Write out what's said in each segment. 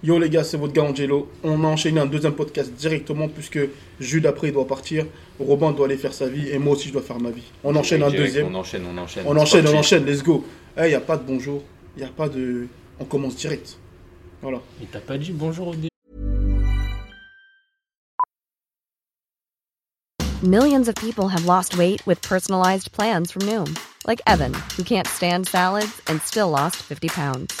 Yo les gars, c'est votre gars Angelo. On a enchaîné un deuxième podcast directement puisque Jules après il doit partir, Robin doit aller faire sa vie et moi aussi je dois faire ma vie. On enchaîne un Direct, deuxième. On enchaîne, on enchaîne. On C'est enchaîne, on parti. enchaîne, let's go. Eh, y a pas de bonjour, y a pas de. On commence direct. Voilà. Mais t'as pas dit bonjour au début. Millions of people have lost weight with personalized plans from Noom, like Evan, who can't stand salads and still lost 50 pounds.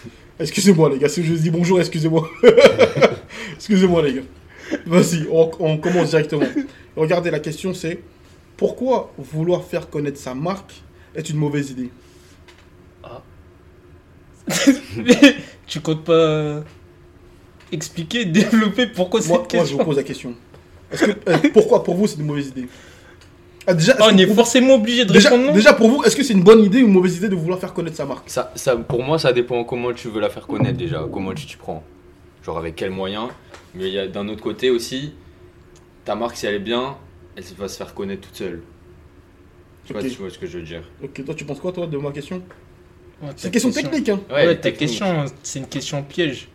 Excusez-moi. les gars. excusez-moi les gars, si je dis bonjour, excusez-moi. excusez-moi les gars. Vas-y, on, on commence directement. Regardez, la question c'est pourquoi vouloir faire connaître sa marque est une mauvaise idée tu comptes pas euh, expliquer, développer pourquoi moi, cette moi, je question vous pose la question. Est-ce que, euh, pourquoi pour vous c'est une mauvaise idée Ah, déjà, est-ce Ah, On que est pour- forcément obligé de déjà, répondre non déjà, pour vous, est-ce que c'est une bonne idée ou une mauvaise idée de vouloir faire connaître sa marque Ça, ça, pour moi, ça dépend comment tu veux la faire connaître déjà, comment tu t'y prends. Genre avec quels moyens. Mais il y a d'un autre côté aussi, ta marque, si elle est bien, elle va se faire connaître toute seule. Je sais pas Ok. si tu vois ce que je veux dire. Ok, toi tu penses quoi toi de ma question Ouais, C'est ta une question question- technique hein. Ouais, ta technique. question, c'est une question piège.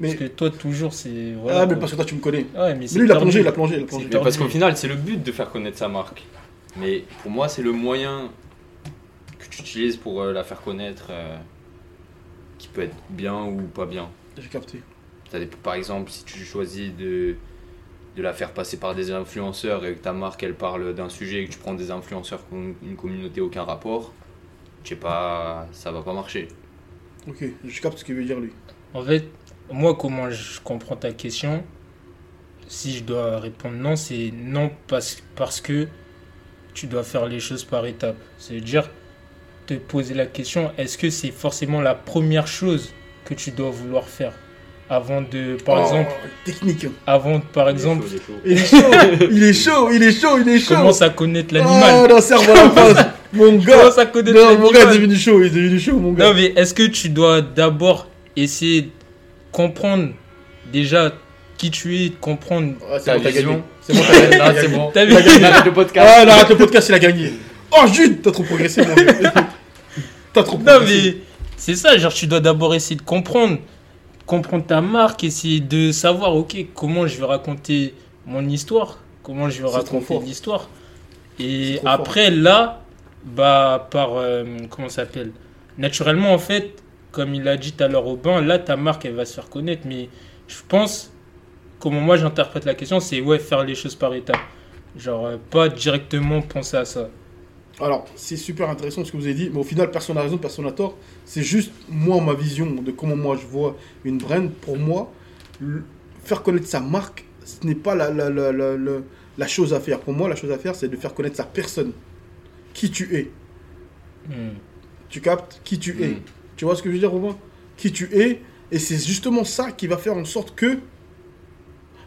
Mais, Parce que toi, toujours, c'est. ah, mais quoi. parce que toi tu me connais. Ouais, mais Mais c'est lui il a perdu. plongé, il a plongé, il a plongé. C'est Mais parce Perdu. qu'au final, c'est le but de faire connaître sa marque. Mais pour moi, c'est le moyen que tu utilises pour euh, la faire connaître euh, qui peut être bien ou pas bien. J'ai capté. Ça dépend- Par exemple, si tu choisis de, de la faire passer par des influenceurs et que ta marque elle parle d'un sujet et que tu prends des influenceurs qui ont une communauté aucun rapport, je sais pas, ça va pas marcher. Ok, je capte ce qu'il veut dire lui. En fait, moi, comment je comprends ta question Si je dois répondre non, c'est non parce, parce que tu dois faire les choses par étapes. C'est-à-dire te poser la question est-ce que c'est forcément la première chose que tu dois vouloir faire avant de, par Oh, exemple, Technique. avant de, par exemple, Il est chaud, il Il est chaud, il est chaud, il est chaud, il est chaud. commence à connaître Ah, l'animal. non, cerveau à la phrase. Mon gars. Commence à connaître Non, mon gars, il est l'animal. devenu chaud, il est devenu chaud, mon Non, gars. mais est-ce que tu dois d'abord essayer de comprendre déjà qui tu es, de comprendre Ah, Ta C'est bon, t'as vision. gagné. C'est bon, est t'as gagné, t'as chaud. Là, c'est gagné. bon. T'as vu On arrête le podcast. Ah, là, arrête le podcast, il a gagné. Oh, Jude, t'as trop progressé, mon gars. T'as trop Non progressé. mais c'est ça, genre tu dois d'abord essayer de comprendre, comprendre ta marque, essayer de savoir ok comment je vais raconter mon histoire, comment je vais C'est trop raconter fort. l'histoire. C'est Et trop après là, bah par euh, comment ça s'appelle, naturellement en fait, comme il a dit tout à l'heure Robin, là ta marque elle va se faire connaître, mais je pense, comment moi j'interprète la question, c'est ouais faire les choses par étapes, genre euh, pas directement penser à ça. Alors, c'est super intéressant ce que vous avez dit, mais au final, personne n'a raison, personne n'a tort. C'est juste, moi, ma vision de comment moi je vois une brand. Pour moi, le- faire connaître sa marque, ce n'est pas la, la, la, la, la- la chose à faire. Pour moi, la chose à faire, c'est de faire connaître sa personne. Qui tu es. Hmm. Tu captes qui tu es. Mm. Tu vois ce que je veux dire, Robin Qui tu es. Et c'est justement ça qui va faire en sorte que.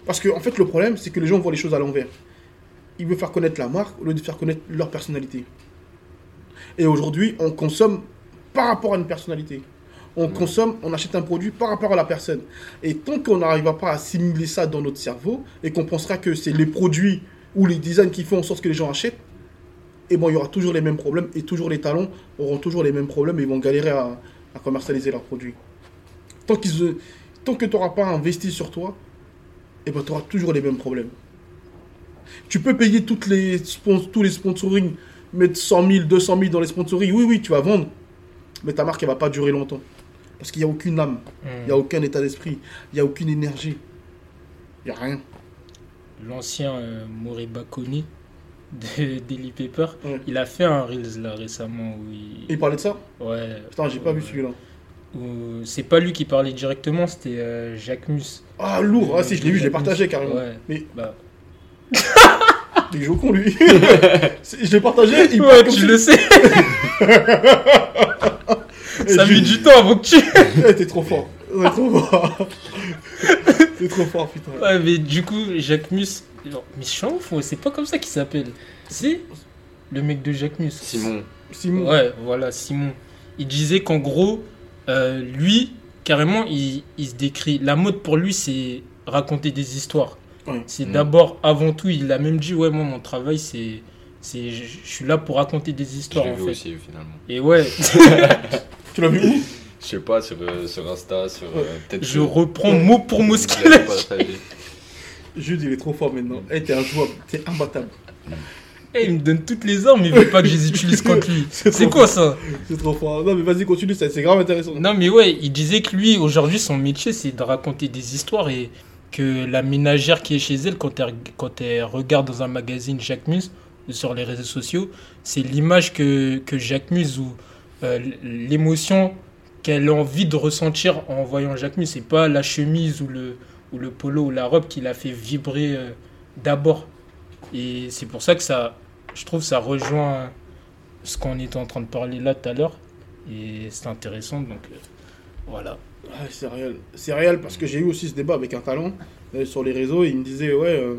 Parce que, en fait, le problème, c'est que les gens voient les choses à l'envers. Ils veulent faire connaître la marque au lieu de faire connaître leur personnalité. Et aujourd'hui, on consomme par rapport à une personnalité. On consomme, on achète un produit par rapport à la personne. Et tant qu'on n'arrivera pas à assimiler ça dans notre cerveau et qu'on pensera que c'est les produits ou les designs qui font en sorte que les gens achètent, et bon, il y aura toujours les mêmes problèmes et toujours les talents auront toujours les mêmes problèmes et ils vont galérer à, à commercialiser leurs produits. Tant, qu'ils, euh, tant que tu n'auras pas investi sur toi, et ben, tu auras toujours les mêmes problèmes. Tu peux payer toutes les spons- tous les sponsoring, mettre 100 000, 200 000 dans les sponsoring. Oui, oui, tu vas vendre, mais ta marque ne va pas durer longtemps. Parce qu'il n'y a aucune âme, Hmm. il n'y a aucun état d'esprit, il n'y a aucune énergie. Il n'y a rien. l'ancien euh, Moriba Kony de Daily Paper, Ouais. il a fait un Reels là récemment où il... Il parlait de ça Ouais. Putain, j'ai pas où- vu celui-là. où- C'est pas lui qui parlait directement, c'était euh, Jacques Mus. Ah, lourd Ah, si, je l'ai vu, je l'ai partagé carrément. Ouais. Mais Bah, Il est jocon, lui. C'est- je l'ai partagé, Eh, il parle ouais, comme tu si- le sais, Eh, ça a mis Jules, du temps avant que tu... eh, T'es trop fort. Ouais, trop fort. T'es trop fort, putain. Ouais, mais du coup, Jacquemus. Genre, mais je suis un ouf, ouais, c'est pas comme ça qu'il s'appelle. Si Le mec de Jacquemus. Simon. Simon. Ouais, voilà, Simon. Il disait qu'en gros, euh, lui, carrément, il, il se décrit. La mode pour lui, c'est raconter des histoires. Ouais. C'est Mm. d'abord, avant tout, il a même dit Ouais, moi, mon travail, c'est. c'est je, je suis là pour raconter des Je histoires, l'ai en vu fait. aussi finalement. Et ouais, Tu l'as vu où Je sais pas, sur, euh, sur Insta, sur euh, peut-être. je sur- reprends mot pour mot Je ce qu'il a l'avais dit. partagé. Jude, il est trop fort maintenant. Eh, t'es injouable. T'es imbattable. Eh, il me donne toutes les armes, mais il veut pas que je les utilise contre lui. C'est C'est trop quoi ça C'est trop fort. Non, mais vas-y, continue. ça- C'est grave intéressant. Non, mais ouais, il disait que lui, aujourd'hui, son métier, c'est de raconter des histoires et que la ménagère qui est chez elle, quand elle, quand elle regarde dans un magazine Jacquemus ou sur les réseaux sociaux, c'est l'image que, que Jacquemus ou euh, l'émotion qu'elle a envie de ressentir en voyant Jacquemus. C'est pas la chemise ou le, ou le polo ou la robe qui l'a fait vibrer euh, d'abord. Et c'est pour ça que ça, je trouve, ça rejoint ce qu'on était en train de parler là tout à l'heure. Et c'est intéressant, donc euh, voilà. Ah, c'est réel. C'est réel parce que j'ai eu aussi ce débat avec un talent euh, sur les réseaux. Il me disait, ouais, euh,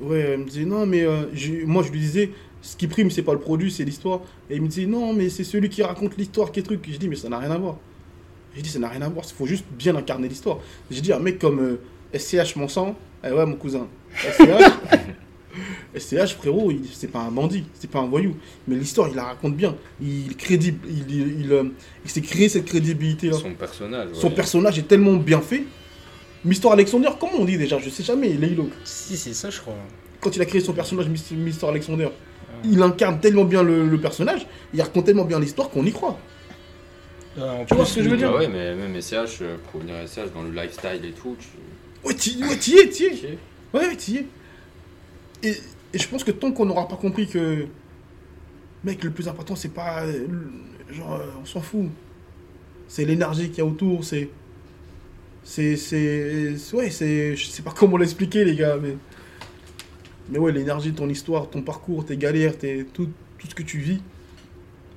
ouais, euh, il me disait, non, mais euh, j'ai- moi je lui disais, ce qui prime, c'est pas le produit, c'est l'histoire. Et il me disait, non, mais c'est celui qui raconte l'histoire qui est truc. J'ai dit, mais ça n'a rien à voir. J'ai dit, ça n'a rien à voir, il faut juste bien incarner l'histoire. J'ai dit, un mec comme euh, SCH, mon sang, eh ouais, mon cousin, SCH, SCH, frérot, il- c'est pas un bandit, c'est pas un voyou. Mais l'histoire, il la raconte bien. Il, est crédible, il, il, il, euh, il s'est créé cette crédibilité-là. Son personnage. ouais. Son personnage est tellement bien fait. Mister Alexander, comment on dit déjà Je sais jamais, Leilo. Si, c'est ça, je crois. Quand il a créé son personnage, Mister Alexander, il incarne tellement bien le, le personnage, il raconte tellement bien l'histoire qu'on y croit. en Tu vois plus, ce que je veux lui- dire Ah ouais, mais même SCH, euh, pour revenir à SCH, dans le lifestyle et tout, tu. Ouais, t'y ouais, t'y es, t'y es. Ok. Ouais, ouais, t'y es. Et, et je pense que tant qu'on n'aura pas compris que. Mec, le plus important, c'est pas. euh, le- Genre, euh, on s'en fout. C'est l'énergie qu'il y a autour, c'est. C'est. C'est. c'est- Ouais, c'est. Je sais pas comment l'expliquer, les gars, mais. Mais ouais, l'énergie, ton histoire, ton parcours, tes galères, tes... Tout, tout ce que tu vis.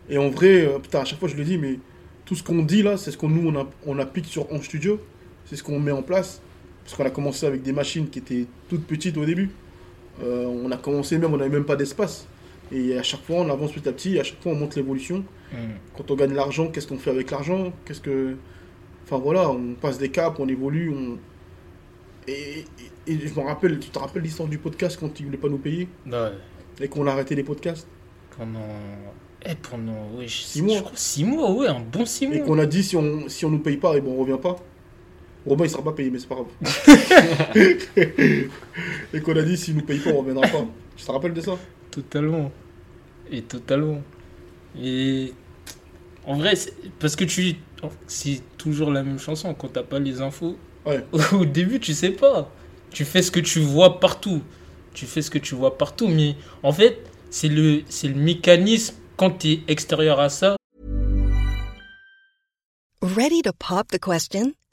Et en vrai, euh, putain, à chaque fois, je le dis, mais tout ce qu'on dit là, c'est ce qu'on nous, on, a- on applique sur en studio. C'est ce qu'on met en place. Parce qu'on a commencé avec des machines qui étaient toutes petites au début. Euh, on a commencé même, on n'avait même pas d'espace. Et à chaque fois, on avance petit à petit, à chaque fois, on monte l'évolution. Hmm. Quand on gagne l'argent, qu'est-ce qu'on fait avec l'argent Qu'est-ce que. Enfin voilà, on passe des caps, on évolue, on. Et, et- et je me rappelle, tu te rappelles l'histoire du podcast quand ils ne voulaient pas nous payer Ouais. et qu'on a arrêté les podcasts Bah, Pendant. Eh, pendant. Ouais, je- Six mois. je crois six mois, ouais, un bon six et mois. qu'on a dit si on si on nous paye pas, et ben on revient pas. Robin il sera pas payé, mais c'est pas grave. et qu'on a dit s'il nous paye pas, on reviendra pas. Tu te rappelles de ça Totalement. Et totalement. Et en vrai, c'est- parce que tu oh, c'est toujours la même chanson quand t'as pas les infos. Ouais. Au début, tu sais pas. Tu fais ce que tu vois partout. Tu fais ce que tu vois partout. Mais en fait, c'est le c'est le mécanisme quand t'es extérieur à ça. Ready to pop the question?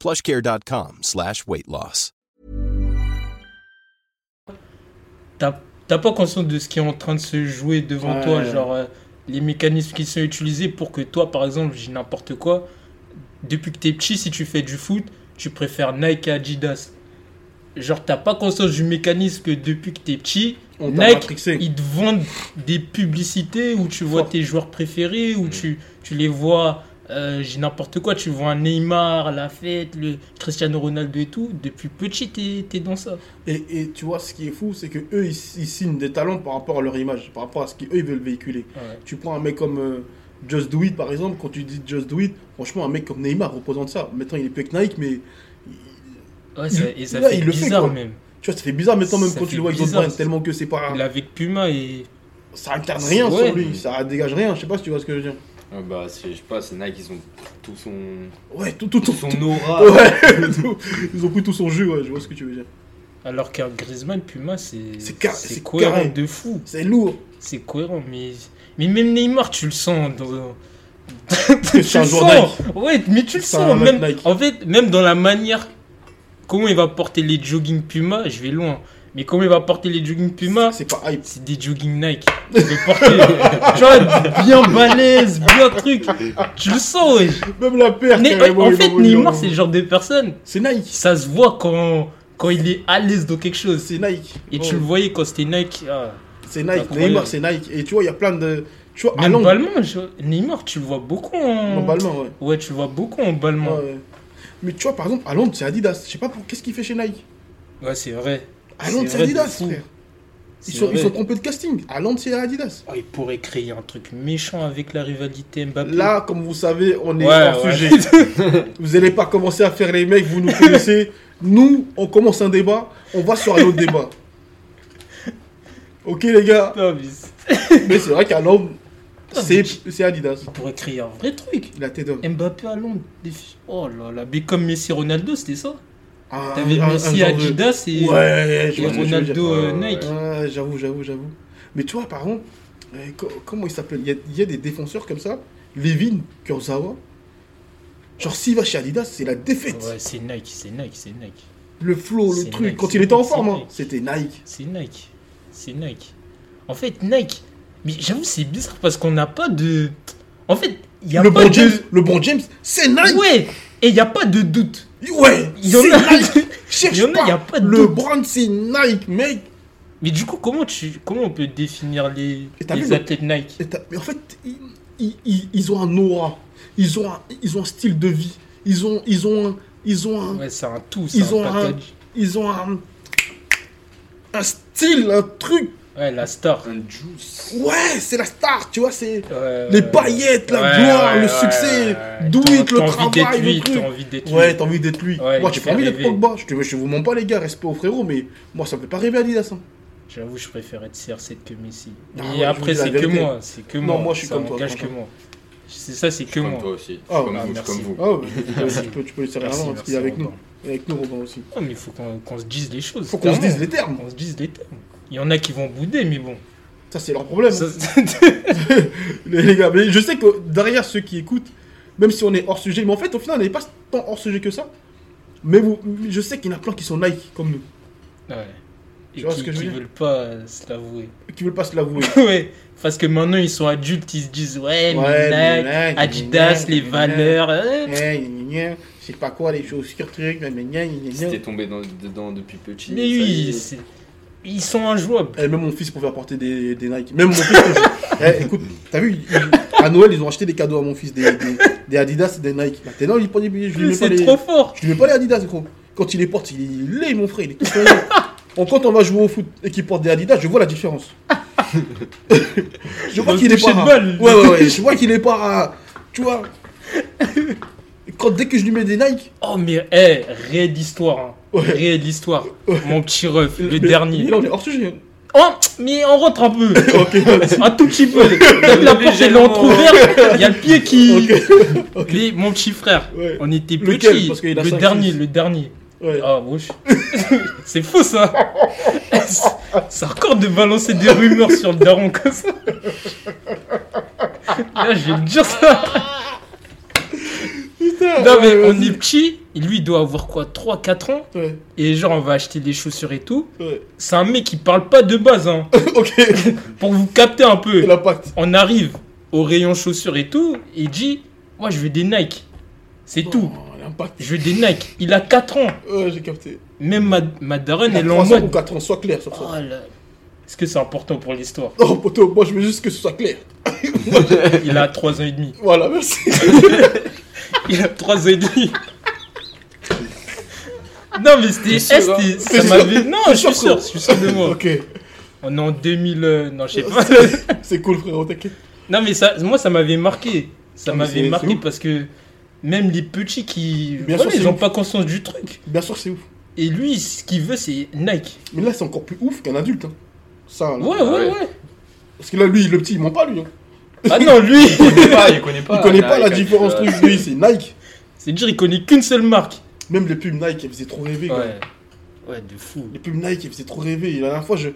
plushcare.com slash weight loss. T'as t'as pas conscience de ce qui est en train de se jouer devant Ouais. toi, genre euh, les mécanismes qui sont utilisés pour que toi, par exemple, j'ai n'importe quoi. Depuis que t'es petit, si tu fais du foot, tu préfères Nike à Adidas. Genre, t'as pas conscience du mécanisme que depuis que t'es petit, On t'a Nike, matrixé. ils te vendent des publicités où tu vois Fort. tes joueurs préférés, où tu, tu les vois euh, j'ai n'importe quoi, tu vois un Neymar, la fête, le Cristiano Ronaldo et tout, depuis petit, t'es t'es dans ça. Et, et tu vois, ce qui est fou, c'est que eux, ils, ils signent des talents par rapport à leur image, par rapport à ce qu'eux, ils veulent véhiculer. Ah Ouais. Tu prends un mec comme euh, Just Do It, par exemple, quand tu dis Just Do It, franchement, un mec comme Neymar représente ça. Maintenant, il est plus avec Nike, mais Ouais, Il- ça- et ça là, fait il le fait, bizarre quoi. même. tu vois, ça fait bizarre maintenant, même Ça quand tu fait le vois avec d'autres bizarre, brands, c'est- tellement que c'est pas. Il est avec Puma et. Ça incarne rien Ouais. sur lui, ça dégage rien, je sais pas si tu vois ce que je veux dire. Ah bah, c'est- je sais pas, c'est Nike, ils ont tout son, Ouais, tout, tout, tout, tout son tout- aura. Oh. Ouais, tout- ils ont pris tout son jus, ouais, je vois ce que tu veux dire. Alors qu'un Griezmann, Puma, c'est. C'est car- c'est C'est cohérent carré. de fou. C'est lourd. C'est cohérent, mais. Mais même Neymar, tu le sens dans. un tu le joueur sens. Ouais, mais tu le C'est un sens. mec Même, Nike. en fait, même dans la manière. Comment il va porter les jogging Puma, je vais loin. Mais comment il va porter les jogging Puma, C'est pas hype. c'est des jogging Nike. Il va porter. tu vois, bien balèze, bien truc. Tu le sens, ouais. Même la perte. Mais, carrément, en ils fait, l'ont- ils l'ont- Neymar, c'est le genre de personne. C'est Nike. Ça se voit quand, quand il est à l'aise dans quelque chose. C'est Nike. Et Oh. tu le voyais quand c'était Nike. ah. C'est Nike. Incroyable. Neymar, c'est Nike. Et tu vois, il y a plein de. Tu vois, à Même Ah, Londres. Balmain, je- Neymar, tu le vois beaucoup en. Non, Balmain, ouais. Ouais, tu le vois beaucoup en Balmain. Ouais. Mais tu vois, par exemple, à Londres, c'est Adidas. Je sais pas pour... qu'est-ce qu'il fait chez Nike. Ouais, c'est vrai. À Ah, Londres, c'est vrai de Adidas, fou. frère. Ils C'est sont, ils vrai. sont trompés de casting. À Londres, c'est Adidas. Oh, il pourrait créer un truc méchant avec la rivalité Mbappé. Là, comme vous savez, on est Ouais, hors ouais. sujet. vous n'allez pas commencer à faire les mecs, vous nous connaissez. Nous, on commence un débat, on va sur un autre débat. Ok, les gars. Putain, Ah, mais c'est- Mais c'est vrai qu'à Londres, Ah, c'est c'est Adidas. il pourrait créer un vrai truc. La tête d'homme. Mbappé à Londres. des fi- Oh là là. Mais comme Messi Ronaldo, c'était ça. Un- T'avais Ah, un- un Messi genre de- Adidas et, Ouais, je et vois ce que tu veux dire. Ronaldo euh, Ouais, ouais. Nike. Ouais, j'avoue, j'avoue, j'avoue. Mais tu vois, par exemple, euh, co- comment il s'appelle il, y a- il y a des défenseurs comme ça. Levin, Kurzawa. Genre, s'il va chez Adidas, c'est la défaite. Ouais, c'est Nike, c'est Nike, c'est Nike. Le flow, le C'est truc. Nike, Quand c'est il était en Nike, forme, c'est hein, Nike. c'était Nike. C'est Nike. C'est Nike. En fait, Nike. Mais j'avoue, c'est bizarre parce qu'on n'a pas de. En fait, il y a Le pas bon, de. James, le bon James, c'est Nike. Ouais Et il n'y a pas de doute. Ouais, Il y en c'est a- Nike. Cherche il y en a, pas. il y a pas de le doute. brand, c'est Nike, mec. Mais du coup, comment, tu, comment on peut définir les, Et t'as les vu le- athlètes Nike Et t'as- Mais en fait, ils, ils- ils- ils ont un aura. Ils ont un, ils ont un style de vie. Ils ont, ils ont, un- ils ont un, Ouais, c'est un tout, c'est ils un ont un, package. ils ont un, un style, un truc. Ouais, la star. Un juice. Ouais, c'est la star, tu vois, c'est Ouais, les ouais, paillettes, la Euh, ouais, gloire, ouais, le ouais, succès, ouais, ouais. do T'as- it, le t'as envie d'être travail, le lui, truc. T'as envie d'être Ouais, lui. t'as envie d'être lui. Ouais, moi, il j'ai te pas fait envie d'être rêver. Pogba. Je te, je vous mens pas, les gars, respect aux frérots, mais moi, ça me fait pas rêver Adidas. hein. J'avoue, je préfère être CR7 que Messi. Ah Mais ouais, je vous après, dis la c'est que vérité. moi. C'est que Non, moi. moi, je suis ça comme toi, engage que franchement. moi. C'est ça, c'est que Comme moi. toi aussi. Ah, comme, ah, vous, merci. comme vous. Ah ouais, tu peux, tu peux lui serrer la Merci, main, parce qu'il est merci, avec nous. Robin. Il est avec nous, Robin aussi. Non, mais il faut qu'on qu'on se dise les choses. Faut qu'on se clairement. dise les termes. Qu'on se dise les termes. Il y en a qui vont bouder, mais bon. Ça, c'est leur problème. Ça, Les, les gars, mais je sais que derrière ceux qui écoutent, même si on est hors sujet, mais en fait, au final, on n'est pas tant hors sujet que ça. Mais vous, je sais qu'il y en a plein qui sont Nike comme nous, Ouais. Et Tu vois qui, ce que je qui veux dire veulent pas euh, se l'avouer. qui veulent pas se l'avouer. ouais. Parce que maintenant ils sont adultes, ils se disent Ouais, ouais, mais Nike, mais Nike, Adidas, Nike, les Nike. valeurs. euh. Eh, gna, gna, gna, Je sais pas quoi, les chaussures, trucs, gna, gna, gna, gna, Si gna. t'es tombé dans- dedans depuis petit. Mais ça y oui, est. c'est- ils sont injouables. Eh, même mon fils pouvait apporter des, des Nike. Même mon fils. eh, écoute, t'as vu, ils- à Noël, ils ont acheté des cadeaux à mon fils, des, des, des Adidas et des Nike. Maintenant, il prend des billets, je lui mets pas C'est les. trop fort. Je lui mets pas les Adidas, gros. Quand il les porte, il est laid, mon frère, il est tout flingué. On- Quand on va jouer au foot et qu'il porte des Adidas, je vois la différence. je vois Le qu'il est toucher pas. de rare. balle. Ouais, ouais, ouais. Je vois qu'il est pas. rare. Tu vois Quand dès que je lui mets des Nike. Oh mais eh, réelle histoire, hein. Ouais. réelle histoire. Mon petit ref, le mais- dernier. mais Là, on est hors sujet. hein. Oh, mais on rentre un peu. Ok, vas-y. un tout petit peu. Même la porte est Légèrement. entrouverte, il y a le pied qui. Ok. Ok. Les- mon petit frère, Ouais. on était Lequel petits. Parce qu'il a le cinq, dernier, six. le dernier. Ouais. Ah, wesh. C'est faux ça. ça encore de balancer des rumeurs sur le daron comme ça. Là, je vais me dire ça. Non, mais on est petit. Lui, il doit avoir quoi 3-4 ans. Ouais, Et genre, on va acheter des chaussures et tout. ouais. C'est un mec qui parle pas de base, hein. ok, Pour vous capter un peu. l'impact. On arrive au rayon chaussures et tout, et il dit Moi je veux des Nike. C'est tout. Oh, l'impact. Je veux des Nike. Il a 4 ans. Ouais, j'ai capté. Même ma, ma daronne, Il a elle est en 3 ans ou mode 4 ans, sois clair sur ça. Oh Oh, là. Est-ce que c'est important pour l'histoire Non, poteau, moi je veux juste que ce soit clair. Il a 3 ans et demi. Voilà, merci. Il a 3 ans et demi. Non, mais c'était. sûr, hein eh, c'était- ça m'avait- Non, je suis sûr, je suis sûr de moi. ok, On est en 2000. euh, Non, je sais pas. c'est cool, frérot, t'inquiète. Non, mais ça, moi, ça m'avait marqué. Ça Non, mais c'est- m'avait c'est marqué ouf. parce que même les petits qui. Bien voilà, sûr, ils c'est n'ont ouf. pas conscience du truc. Bien sûr, c'est ouf. Et lui, ce qu'il veut, c'est Nike. Mais là, c'est encore plus ouf qu'un adulte. hein. Ça, là. Ouais, ouais, ouais. bah ouais. Parce que là, lui, le petit, il ment pas, lui. hein. Ah non, lui connaît pas, il connaît pas. il connaît Ah, pas la il a- différence, euh, truc. Lui, c'est Nike. C'est dire, il connaît qu'une seule marque. Même les pubs Nike, elles faisaient trop rêver. quoi. Ouais. Ouais, de fou. Les pubs Nike, elles faisaient trop rêver. Et la dernière fois, je... la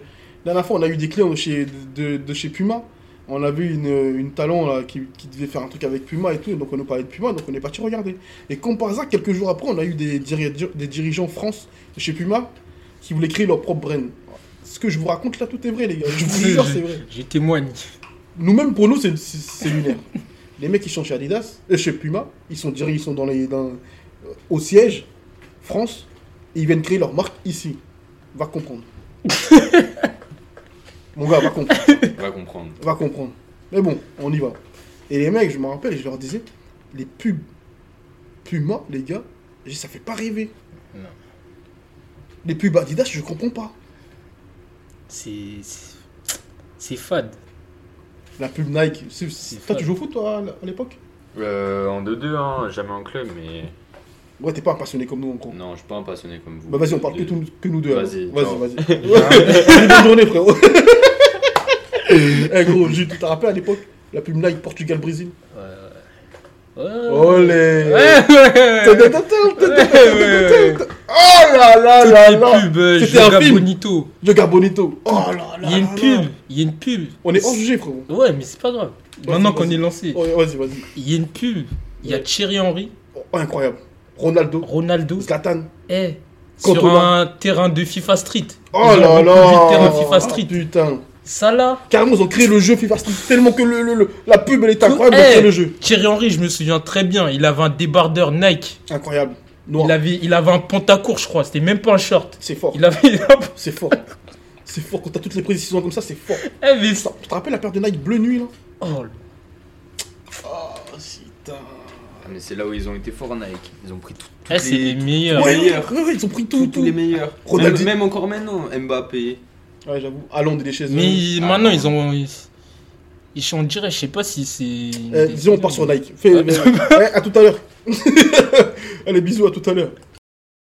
dernière fois on a eu des clients de chez, de, de chez Puma. On a vu une, une talent là, qui, qui devait faire un truc avec Puma et tout. Donc on nous parlait de Puma, donc on est parti regarder. Et comme par hasard, quelques jours après, on a eu des, diri- des dirigeants France de chez Puma qui voulaient créer leur propre brand. Ce que je vous raconte là, tout est vrai, les gars. Je vous jure, c'est vrai. J'ai témoigné. Nous-mêmes, pour nous, c'est- c'est c'est lunaire. Les mecs, ils sont chez Adidas, euh, chez Puma, ils sont dirigés, ils sont dans les, dans- euh, au siège, France, et ils viennent créer leur marque ici. Va comprendre. Mon gars, va comprendre. On va comprendre. Va comprendre. Mais bon, on y va. Et les mecs, je me rappelle, je leur disais, les pubs Puma, les gars, j'ai dit, ça fait pas rêver. Non. Les pubs Adidas, je comprends pas. C'est. c'est- C'est fade. La pub Nike, c'est- c'est- toi, fade. tu joues au foot, toi, à l'époque Euh, en 2-2, hein, jamais en club, mais. Ouais, t'es pas un passionné comme nous, en gros. Non, je suis pas un passionné comme vous. Oh. Bah vas-y, on parle que, De- tout- que nous deux. alors. Vas-y, vas-y. ciao. vas-y. Ouais. Bonne journée, frérot. Eh gros, Jules, tu te rappelles à l'époque la pub Nike Portugal-Brésil Ouais. Oh Olé Ouais, ouais, Oh ouais. là Oh là là Les là pubs, euh, C'était un Joga film. Bonito. Yoga Bonito Oh là là Il y a une là là. pub. Il y a une pub. On est hors sujet, frérot. Ouais, mais c'est pas grave. Maintenant qu'on vas-y. est lancé, Oh, vas-y, vas-y. il y a une pub. Il y a Thierry Henry, Oh, incroyable. Ronaldo, Ronaldo, Zlatan. eh, sur Cantona. un terrain de FIFA Street. Oh Ils ont là reproduit le terrain là Ah, FIFA Street. Putain Salah, Carrément, ils ont créé le jeu FIFA Street tellement que le, le- le- la pub elle est incroyable, ils ont Eh, créé le jeu. Thierry Henry, je me souviens très bien, il avait un débardeur Nike. Incroyable. Il Noir. avait, il avait un pantacourt, je crois. C'était même pas un short. C'est fort. Il avait. C'est fort. C'est fort. Quand t'as toutes les précisions comme ça, c'est fort. Eh, mais ça- Putain, Tu te rappelles la paire de Nike bleu nuit là Oh, Oh, putain. Ah, mais c'est là où ils ont été forts, Nike. Ils ont pris tout- eh, toutes c'est les- les meilleurs. Ouais, meilleurs. ouais, ouais, ils ont pris tout, tous- tout. tous les meilleurs. Ronaldo. Même, même encore maintenant, Mbappé. Ouais, j'avoue. À Londres, il est chez eux. Mais ils- Ah, maintenant, non. ils ont. Ils, ils sont, on dirait, je sais pas si c'est. Euh, Eh, disons, on part sur Nike. Fais, Ouais. eh, à tout à l'heure. Allez, bisous, à tout à l'heure.